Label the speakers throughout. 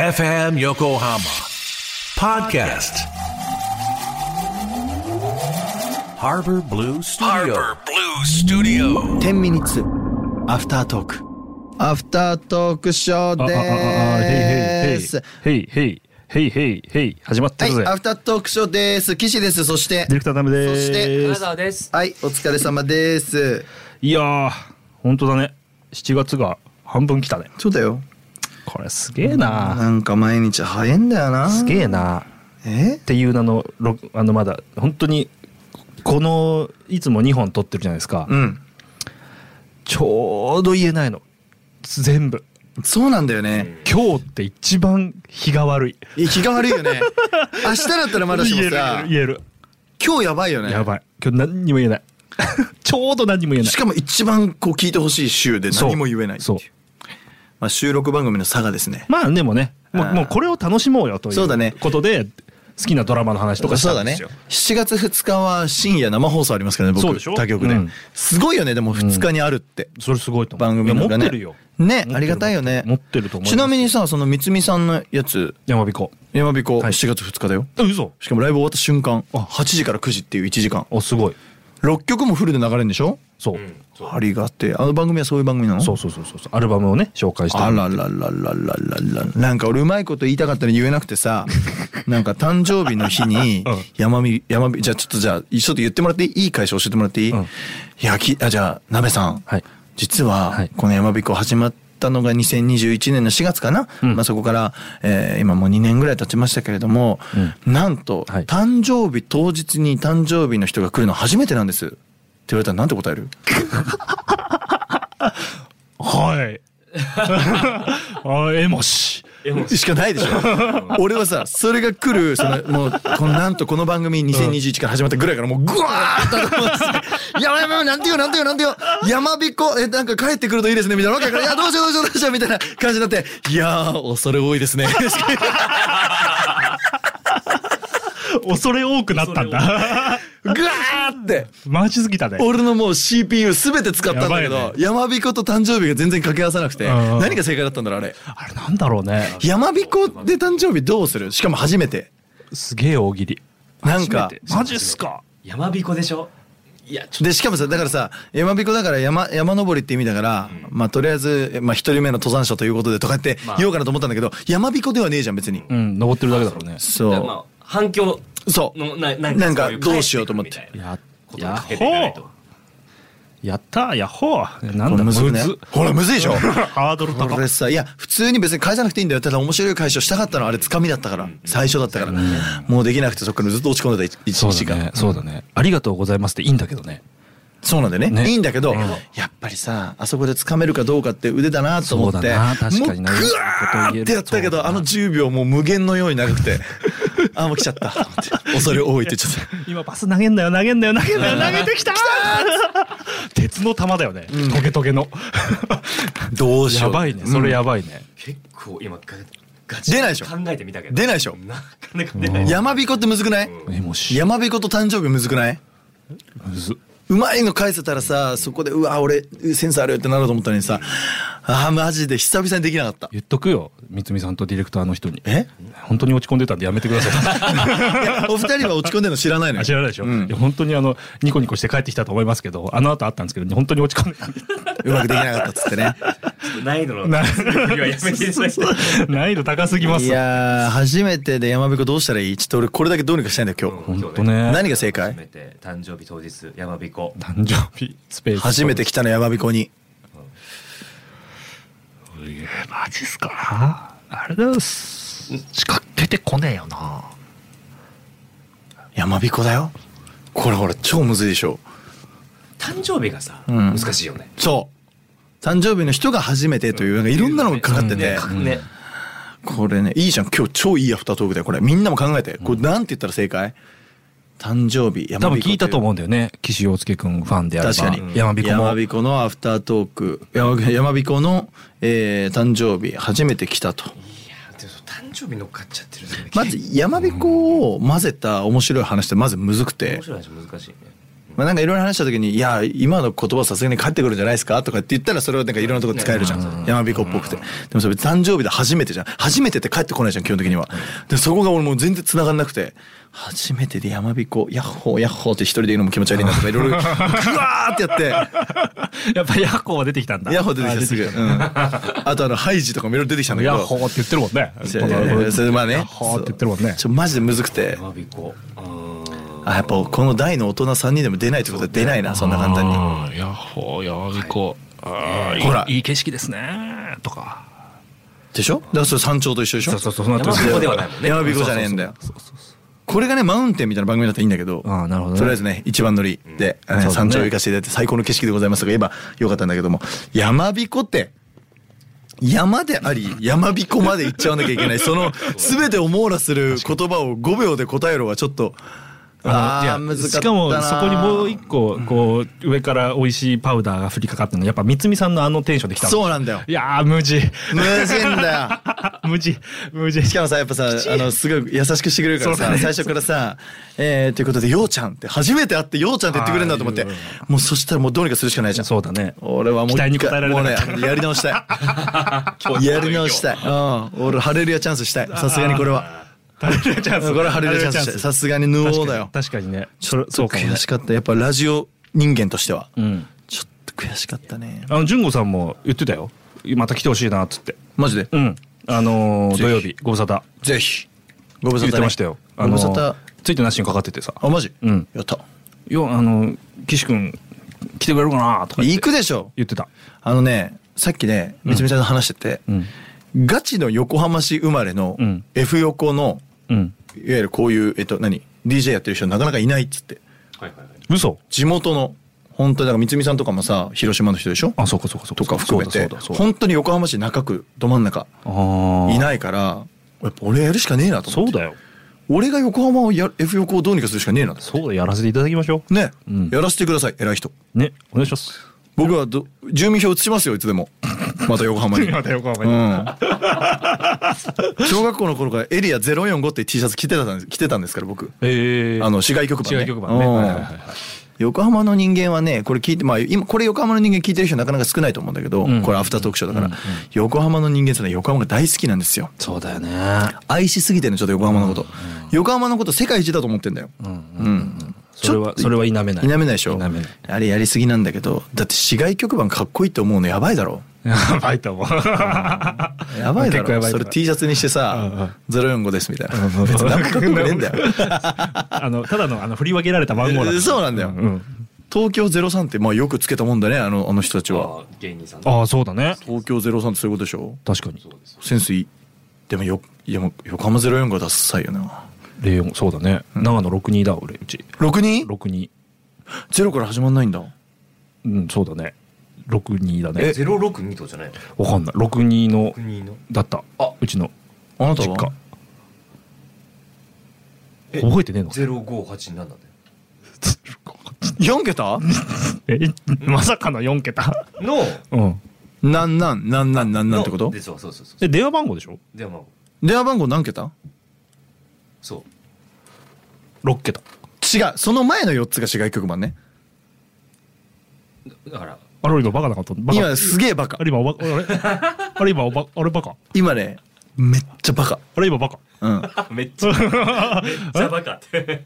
Speaker 1: FM Yokohama Podcast Harbor Blue Studio
Speaker 2: Harbor Blue Studio.
Speaker 3: 10ミニッツアフタートークアフタートークショーでーす
Speaker 4: へいへいへいへいへいへい始まって
Speaker 3: は
Speaker 4: るぜ、
Speaker 3: いアフタートークショーです岸ですそして
Speaker 4: ディレクターダムで
Speaker 3: そして
Speaker 4: ー
Speaker 5: 金
Speaker 4: す
Speaker 5: 沢です。
Speaker 3: はいお疲れ様です
Speaker 4: いやー本当だね7月が半分来たね
Speaker 3: そうだよ
Speaker 4: これすげえな
Speaker 3: なんか毎日早いんだよな
Speaker 4: すげえなっ
Speaker 3: え
Speaker 4: ていう名のろあのまだ本当にこのいつも2本撮ってるじゃないですか、
Speaker 3: うん
Speaker 4: ちょうど言えないの全部
Speaker 3: そうなんだよね
Speaker 4: 今日って一番日が悪い
Speaker 3: いや日が悪いよ ね明日だったらまだし
Speaker 4: 言え
Speaker 3: も
Speaker 4: る
Speaker 3: さ
Speaker 4: 言える
Speaker 3: 今日やばいよね
Speaker 4: やばい今日何にも言えないちょうど何にも言えない
Speaker 3: しかも一番こう聞いてほしい週で
Speaker 4: そう
Speaker 3: 何も言えないってい
Speaker 4: そうう
Speaker 3: まあ収録番組の差がですね
Speaker 4: まあでもねも
Speaker 3: あ
Speaker 4: う
Speaker 3: ー
Speaker 4: もうこれを楽しもうよとい
Speaker 3: そうだね
Speaker 4: うことで好きなドラマの話とかし
Speaker 3: そう
Speaker 4: た
Speaker 3: だ
Speaker 4: んで
Speaker 3: ね
Speaker 4: すよ。
Speaker 3: 7月2日は深夜生放送ありますからね僕
Speaker 4: そうでしょ
Speaker 3: 他局で、
Speaker 4: うん
Speaker 3: すごいよねでも2日にあるって、
Speaker 4: それすごいと思う
Speaker 3: 番組
Speaker 4: いや
Speaker 3: のが
Speaker 4: 持
Speaker 3: ね
Speaker 4: ってるよ持っ
Speaker 3: ね
Speaker 4: てる
Speaker 3: ありがたいよね
Speaker 4: 持ってると思いま
Speaker 3: ち
Speaker 4: す
Speaker 3: なみにさその三つみさんのやつ
Speaker 4: 山彦
Speaker 3: やまびこ
Speaker 4: はい
Speaker 3: 7月2日だよ
Speaker 4: あ嘘
Speaker 3: しかもライブ終わった瞬間8時から9時っていう1時間
Speaker 4: おすごい
Speaker 3: 6曲もフルで流れるんでしょ
Speaker 4: そう、
Speaker 3: ありがてえあの番組はそういう番組なの
Speaker 4: そうそうそうそうアルバムをね紹介して
Speaker 3: あららららららららなんか俺うまいこと言いたかったら言えなくて さなんか誕生日の日に
Speaker 4: うん
Speaker 3: 山見山見じゃあちょっとじゃあちょっと言ってもらっていいいい会社教えてもらっていい、
Speaker 4: うん
Speaker 3: 焼きあじゃあ鍋さん、
Speaker 4: はい
Speaker 3: 実は
Speaker 4: はい
Speaker 3: この山彦始まったのが2021年の4月かな、
Speaker 4: うん
Speaker 3: まあ、そこから、えー今もう2年ぐらい経ちましたけれども、なんと、
Speaker 4: はい
Speaker 3: 誕生日当日に誕生日の人が来るの初めてなんですって言われたらなんて答える
Speaker 4: はい あえもし
Speaker 3: しかないでしょ俺はさそれが来るそのもうこのなんとこの番組2021から始まったぐらいからもうグワーッと頭が さやばいやばいなんてよなんてよなんてよ山彦えなんか帰ってくるといいですね」み たいなわけから「いやどうしようどうしようどうしよう」みたいな感じになって「いやー恐れ多い ですね」
Speaker 4: 恐れ多くなったんだ
Speaker 3: グワーって
Speaker 4: 回しすぎたね
Speaker 3: 俺のもう CPU 全て使ったんだけ
Speaker 4: やば
Speaker 3: ど
Speaker 4: いね
Speaker 3: 山彦と誕生日が全然掛け合わさなくて
Speaker 4: うん
Speaker 3: 何が正解だったんだろうあれ
Speaker 4: あれなんだろうね
Speaker 3: 山彦で誕生日どうするしかも初めて
Speaker 4: すげえ大喜利
Speaker 3: なんか
Speaker 4: マジっすか
Speaker 5: 山彦でしょ。いや、ちょっ
Speaker 3: でしかもさだからさ山彦だから山山登りって意味だから、まあとりあえず、まあ、一人目の登山者ということでとかって言おうかなと思ったんだけど、山彦ではねえじゃん別に、
Speaker 4: うん登ってるだけだろうね
Speaker 3: そ
Speaker 5: と、
Speaker 3: う、
Speaker 5: まあ、反響
Speaker 3: そう
Speaker 5: の、な、なんか
Speaker 3: なんか
Speaker 5: そい
Speaker 3: どうしようと思って
Speaker 5: 帰くるみたいな
Speaker 4: や
Speaker 5: こと
Speaker 4: や
Speaker 5: を
Speaker 4: っ
Speaker 5: かけ
Speaker 4: ほ
Speaker 5: ていかないと
Speaker 4: ーやったーやっほーなん
Speaker 3: こ
Speaker 4: だ
Speaker 3: れむずくね
Speaker 4: むず
Speaker 3: ほらむずいでしょ
Speaker 4: ハードル高
Speaker 3: これさいや普通に別に返さなくていいんだよただ面白い返しをしたかったのはあれつかみだったから、最初だったから、もうできなくてそっからずっと落ち込んでた一
Speaker 4: そう
Speaker 3: 日
Speaker 4: だ
Speaker 3: が
Speaker 4: ね、そうだね。ありがとうございますっていいんだけどね。
Speaker 3: そうなんだよね
Speaker 4: ね
Speaker 3: いいんだけど、
Speaker 4: うん
Speaker 3: やっぱりさあそこでつかめるかどうかって腕だなと思って
Speaker 4: そうだな確かに
Speaker 3: も
Speaker 4: な
Speaker 3: うグワーってやったけ
Speaker 4: そう
Speaker 3: ど
Speaker 4: だ
Speaker 3: あの10秒もう無限のように長くて あもう来ちゃったと思って恐れ多いってちょっと。
Speaker 4: 今パス投げんだよ、投げんだよ、投げんだよ、投げてきた鉄の玉だよね。トゲトゲの。
Speaker 3: どうしよ
Speaker 4: や
Speaker 3: う。
Speaker 4: ばいね、それやばいね。
Speaker 5: 結構今、ガガ
Speaker 3: 出ないでしょ
Speaker 5: 考えてみたけど。
Speaker 3: 出ないでしょ
Speaker 5: なかなか出ない。
Speaker 3: 山彦ってむずくない
Speaker 4: え、もし、
Speaker 3: 山彦と誕生日むずくない
Speaker 4: むず。
Speaker 3: うまいの返せたらさ、そこで、うわ、俺、センスあるよってなると思ったのにさ、あー、マジで久々にできなかった。
Speaker 4: 言っとくよ、三つみさんとディレクターの人に。
Speaker 3: え
Speaker 4: 本当に落ち込んでたんでやめてください。
Speaker 3: いやお二人は落ち込んでるの知らない のよ
Speaker 4: あ知らないでしょ、いや本当にあのニコニコして帰ってきたと思いますけどあの後あったんですけど本当に落ち込んでたんで
Speaker 3: うまくできなかったっつってね。
Speaker 5: ちょっと難易度の。
Speaker 4: な
Speaker 5: 次はやめていただきたい。
Speaker 4: 難易度高すぎます
Speaker 3: いやー、初めてで山彦どうしたらいいちょっと俺これだけどうにかしたいんだよ、今日。
Speaker 5: うん
Speaker 4: 本当。ね
Speaker 3: 何が正
Speaker 5: 初
Speaker 3: 解
Speaker 5: めて誕生日当日山彦
Speaker 4: 誕生日スペース
Speaker 3: 初めて来たの山彦に。
Speaker 4: マジっすかあれだよす近く出てこねえよな
Speaker 3: 山彦だよ。これほら、超むずいでしょ。
Speaker 5: 誕生日がさ、
Speaker 3: ん
Speaker 5: 難しいよね
Speaker 3: そう。誕生日の人が初めてという、なんかいろんなのがかかってて。
Speaker 5: ねね
Speaker 3: これねいいじゃん今日超いいアフタートークだよこれみんなも考えてこれなんて言ったら正解誕生日
Speaker 4: 多分聞いたと思
Speaker 3: う
Speaker 4: うんだよね岸洋介君ファンであれば
Speaker 3: 確かに
Speaker 4: 山彦も
Speaker 3: 山彦のアフタートーク山山彦の、えー誕生日初めて来たと
Speaker 5: いやでもそう誕生日乗っかっちゃってるだけで
Speaker 3: まず山彦を混ぜた面白い話ってまずむずくて
Speaker 5: 面白い話難しいね
Speaker 3: まあなんかいろいろ話した時に「いや今の言葉さすがに返ってくるんじゃないですか?」とかって言ったらそれをなんかいろんなとこ使えるじゃん山彦っぽくてでもそれ誕生日で初めてじゃん初めてって返ってこないじゃん基本的にはでそこが俺もう全然繋がんなくて初めてで山彦ヤッホーヤッホーって一人で言うのも気持ち悪いなとかいろいろぐわーってやって
Speaker 4: やっぱヤッホーは出てきたんだ
Speaker 3: ヤッホー出てき
Speaker 4: あ
Speaker 3: たすぐ、うんあとあのハイジとかもいろいろ出てきたんだけど
Speaker 4: ヤッホーって言ってるもんね
Speaker 3: いやいやいやそれまあね
Speaker 4: ヤッホーって言ってるもんね
Speaker 3: ちょマジでむずくて
Speaker 5: やまびこうーん
Speaker 3: あやっぱこの大の大人3人でも出ないってことは出ないなそんな簡単に
Speaker 6: うんヤッホーやわびこあーいい
Speaker 3: ほら
Speaker 6: いい景色ですねとか
Speaker 3: でしょだからそれ山頂と一緒でし
Speaker 6: そ
Speaker 3: ょ
Speaker 6: うそうそうそうなってま
Speaker 5: 山
Speaker 6: す
Speaker 5: びこではないもんね
Speaker 3: やまびこじゃねえんだよこれがねマウンテンみたいな番組だったらいいんだけど
Speaker 6: ああなるほどね
Speaker 3: とりあえずね一番乗りで、あのね
Speaker 6: そうだね
Speaker 3: 山頂行かせていただいて最高の景色でございますとか言えばよかったんだけども山彦って山であり山彦まで行っちゃわなきゃいけないその全てを網羅する言葉を5秒で答えろはちょっと
Speaker 4: あの
Speaker 3: ああ難
Speaker 4: い
Speaker 3: し
Speaker 4: や
Speaker 3: かったな
Speaker 4: しかもそこにもう一個こう上から美味しいパウダーが降りかかってるのやっぱ三つみさんのあのテンションできたの
Speaker 3: そうなんだよ
Speaker 4: いやー無事
Speaker 3: むずいんだよ
Speaker 4: 無事無事
Speaker 3: しかもさやっぱさあのすごい優しくしてくれるから
Speaker 4: そう
Speaker 3: さ、
Speaker 4: だね
Speaker 3: 最初からさ「えー、ということでようちゃん」って初めて会って「ようちゃん」って言ってくれるんだと思って
Speaker 4: あーいいよ
Speaker 3: もうそしたらもうどうにかするしかないじゃん
Speaker 4: そう だね
Speaker 3: 俺はもう一回
Speaker 4: 期待に応えられなかった
Speaker 3: もうねやり直 したいやり直したい、うん、俺ハレルヤチャンスしたいさすがにこれは
Speaker 4: ハレルヤチャンス
Speaker 3: これはハレルヤチャンスしたいさすがにヌオーだよ
Speaker 4: 確かにね
Speaker 3: ちょっ
Speaker 4: そ
Speaker 3: と
Speaker 4: うかも
Speaker 3: 悔
Speaker 4: ね
Speaker 3: しかったやっぱラジオ人間としては、
Speaker 4: うん
Speaker 3: ちょっと悔しかったね
Speaker 4: あの淳吾さんも言ってたよまた来てほしいなっつって
Speaker 3: マジで、
Speaker 4: うんあのー土曜日ご無沙汰
Speaker 3: ぜひご無沙汰
Speaker 4: 言
Speaker 3: ね、
Speaker 4: ってましたよあ
Speaker 3: ご
Speaker 4: の
Speaker 3: 無沙汰
Speaker 4: ーついてなしにかかっててさ
Speaker 3: あマジ、
Speaker 4: うん
Speaker 3: やった
Speaker 4: いやあの岸君来てくれるかなとか言って
Speaker 3: 行くでしょ
Speaker 4: 言ってた
Speaker 3: あのねさっきねめちゃめちゃ話してて、
Speaker 4: うん
Speaker 3: ガチの横浜市生まれの
Speaker 4: うん
Speaker 3: F 横の
Speaker 4: うん
Speaker 3: いわゆるこういうえっと何 DJ やってる人なかなかいないっつって
Speaker 5: はいはいはい
Speaker 4: 嘘
Speaker 3: 地元の本当にだから三見さんとかもさ広島の人でしょ
Speaker 4: あそうかそうかそう
Speaker 3: と
Speaker 4: か
Speaker 3: か含め
Speaker 4: そう
Speaker 3: て
Speaker 4: だそうだそうだ
Speaker 3: 本当に横浜市中区ど真ん中
Speaker 4: あ
Speaker 3: い
Speaker 4: い
Speaker 3: ないからやっぱ俺やるしかねえなと
Speaker 4: そ
Speaker 3: 思っ
Speaker 4: う
Speaker 3: て
Speaker 4: だよ
Speaker 3: 俺が横浜をや F 横をどうにかするしかねえなと
Speaker 4: そうだやらせていただきましょう
Speaker 3: ね、
Speaker 4: うん
Speaker 3: やらせてください偉い人
Speaker 4: ねお願いします
Speaker 3: 僕はど住民票移しますよいつで もまた横浜に
Speaker 4: 横浜
Speaker 3: うん、小学校の頃からエリア045って T シャツ着てたんです着てたんですから僕
Speaker 4: ええ
Speaker 3: あの市街局番ね
Speaker 4: 市街局番ね
Speaker 3: うん
Speaker 4: はいはいはいはい
Speaker 3: 横浜の人間はねこれ聞いてまあ今これ横浜の人間聞いてる人なかなか少ないと思うんだけど、
Speaker 4: ん
Speaker 3: これアフタートークショーだから、横浜の人間ってのは横浜が大好きなんですよ
Speaker 4: そうだよね
Speaker 3: 愛しすぎてるのちょっと横浜のこと、横浜のこと世界一だと思ってんだよ、うん
Speaker 4: それはそれは否めな
Speaker 3: 否
Speaker 4: い
Speaker 3: めないでしょ
Speaker 4: 否めない
Speaker 3: あれやりすぎなんだけどだって市街局番かっこいいと思うのやばいだろ
Speaker 4: やばいと思う
Speaker 3: やばいだ
Speaker 4: 結構
Speaker 3: ろ
Speaker 4: やばい
Speaker 3: それ T シャツにしてさ「045です」みたい な別に何もかっこよくねえんだよ
Speaker 4: あのただのあの振り分けられた番号だっ た
Speaker 3: そうなんだよ東京03ってまあよくつけたもんだねあのあの人たちは
Speaker 5: あー芸人さん
Speaker 4: ああそうだね
Speaker 3: 東京03ってそういうことでしょ
Speaker 4: 確かに
Speaker 3: センスいいでもよでも横浜04がダサいよな
Speaker 4: レオンそうだね長野62だ俺うち
Speaker 3: 62?
Speaker 4: 62
Speaker 3: ゼロから始まんないんだ
Speaker 4: うんそうだね62だね
Speaker 5: ゼロ六二とじゃないの
Speaker 4: わかんない62の
Speaker 5: 六二の
Speaker 4: だった
Speaker 5: あ
Speaker 4: うちの
Speaker 3: あなた
Speaker 4: 実家
Speaker 3: は
Speaker 5: え
Speaker 4: 覚えてねえの
Speaker 5: ゼロ五八なんだね
Speaker 3: 4桁
Speaker 4: えまさかの4桁
Speaker 5: の
Speaker 4: うん
Speaker 3: なんなんなんなんなんなんってこと
Speaker 5: のでそうそうそうそう
Speaker 4: え電話番号でしょ
Speaker 5: でまあ
Speaker 3: 電話番号何桁
Speaker 5: そう
Speaker 4: 6桁
Speaker 3: 違うその前の4つが市外局番ね
Speaker 5: だから
Speaker 4: あれ今バカなことバカ
Speaker 3: 今すげえバカ
Speaker 4: あれ今おばあれ あれ今おばあれバカ
Speaker 3: 今ねめっちゃバカ
Speaker 4: あれ今バカ
Speaker 3: うん
Speaker 5: めっちゃめっちゃバカって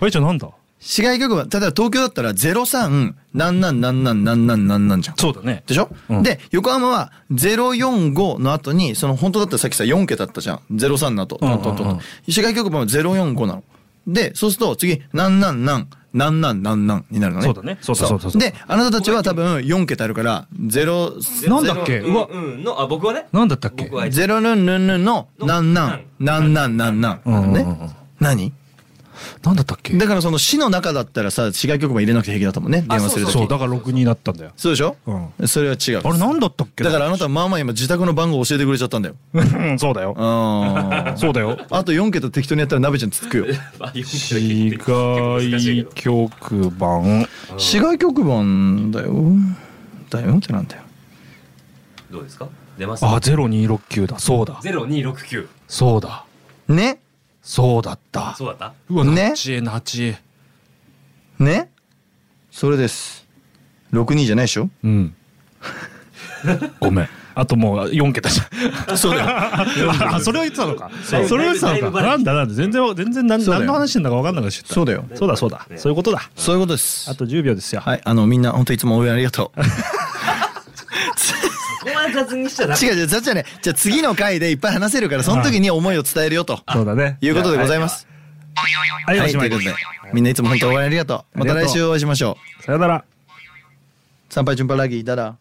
Speaker 4: あれじゃあなんだ
Speaker 3: 市外局番例えば東京だったら03なんなんなんなんなんなんなんなんじゃん
Speaker 4: そうだね
Speaker 3: でしょ、
Speaker 4: うん
Speaker 3: で横浜は045の後にその本当だったらさっきさ4桁だったじゃん03の後
Speaker 4: うんうんうん
Speaker 3: トントントン市外局番は045なのでそうすると次なんなんなんなんなんなんなんになるのね
Speaker 4: そうだねそうそうそうそうそう
Speaker 3: であなたたちは多分4桁あるから0
Speaker 4: なんだっけ
Speaker 5: ゼロ
Speaker 4: うわ
Speaker 5: うんうんのあ僕はね
Speaker 4: なんだったっけ
Speaker 5: 僕は
Speaker 3: ゼロヌンヌンヌンのなんなんなんなんなんなんなの
Speaker 4: うんうんうんう
Speaker 3: ね
Speaker 4: ん
Speaker 3: 何
Speaker 4: なんだったっけ
Speaker 3: だからその市の中だったらさ市外局番入れなくて平気だったもんね電話するとき
Speaker 4: そうだから6になったんだよ
Speaker 3: そうでしょ、
Speaker 4: う
Speaker 3: それは違う
Speaker 4: あれなんだったっけ
Speaker 3: だからあなたはまあまあ今自宅の番号教えてくれちゃったんだよ
Speaker 4: うんそうだよ
Speaker 3: あ
Speaker 4: そうだよ
Speaker 3: あと4桁適当にやったら鍋ちゃんつつくよ
Speaker 5: あよく聞い
Speaker 4: 市
Speaker 5: て難しいけ
Speaker 4: 外
Speaker 5: ど
Speaker 4: 局番
Speaker 3: 市外局番だよだよってなんだよ
Speaker 5: どうですか出ます
Speaker 4: あ0269だそうだ
Speaker 5: ゼロ二六九
Speaker 4: そうだ
Speaker 3: ね
Speaker 4: そうだった
Speaker 5: そうだった
Speaker 4: うわ
Speaker 3: ね
Speaker 4: なちえなちえ
Speaker 3: ねそれです62じゃないでしょ
Speaker 4: うん。ごめん。あともう4桁じゃん。そうだあ、それを言ってたのか。
Speaker 5: う
Speaker 4: それを言ってた
Speaker 5: だいぶ
Speaker 4: の
Speaker 5: バ
Speaker 4: か。
Speaker 5: レて
Speaker 4: なんだなんだ。全然、全然何
Speaker 3: そうだよ
Speaker 4: 何の話してんだか分かんなくなっちゃった。
Speaker 3: そうだよ
Speaker 4: そうだそうだ。そういうことだ。
Speaker 3: そういうことです
Speaker 4: あと10秒ですよ。
Speaker 3: はいあのみんな本当いつも応援ありがとう
Speaker 5: ここは雑にしちゃダメ
Speaker 3: 違う違う雑じゃねじゃあ次の回でいっぱい話せるからその時に思いを伝えるよと
Speaker 4: そうだね。
Speaker 3: いうことでございます
Speaker 4: はい、お
Speaker 3: はい
Speaker 4: し
Speaker 3: と
Speaker 4: ま
Speaker 3: い
Speaker 4: いう
Speaker 3: ことでみんないつも本当応援ありがとうまた来週お会いしましょう
Speaker 4: さよなら。
Speaker 3: 参拝順波ラギーダラ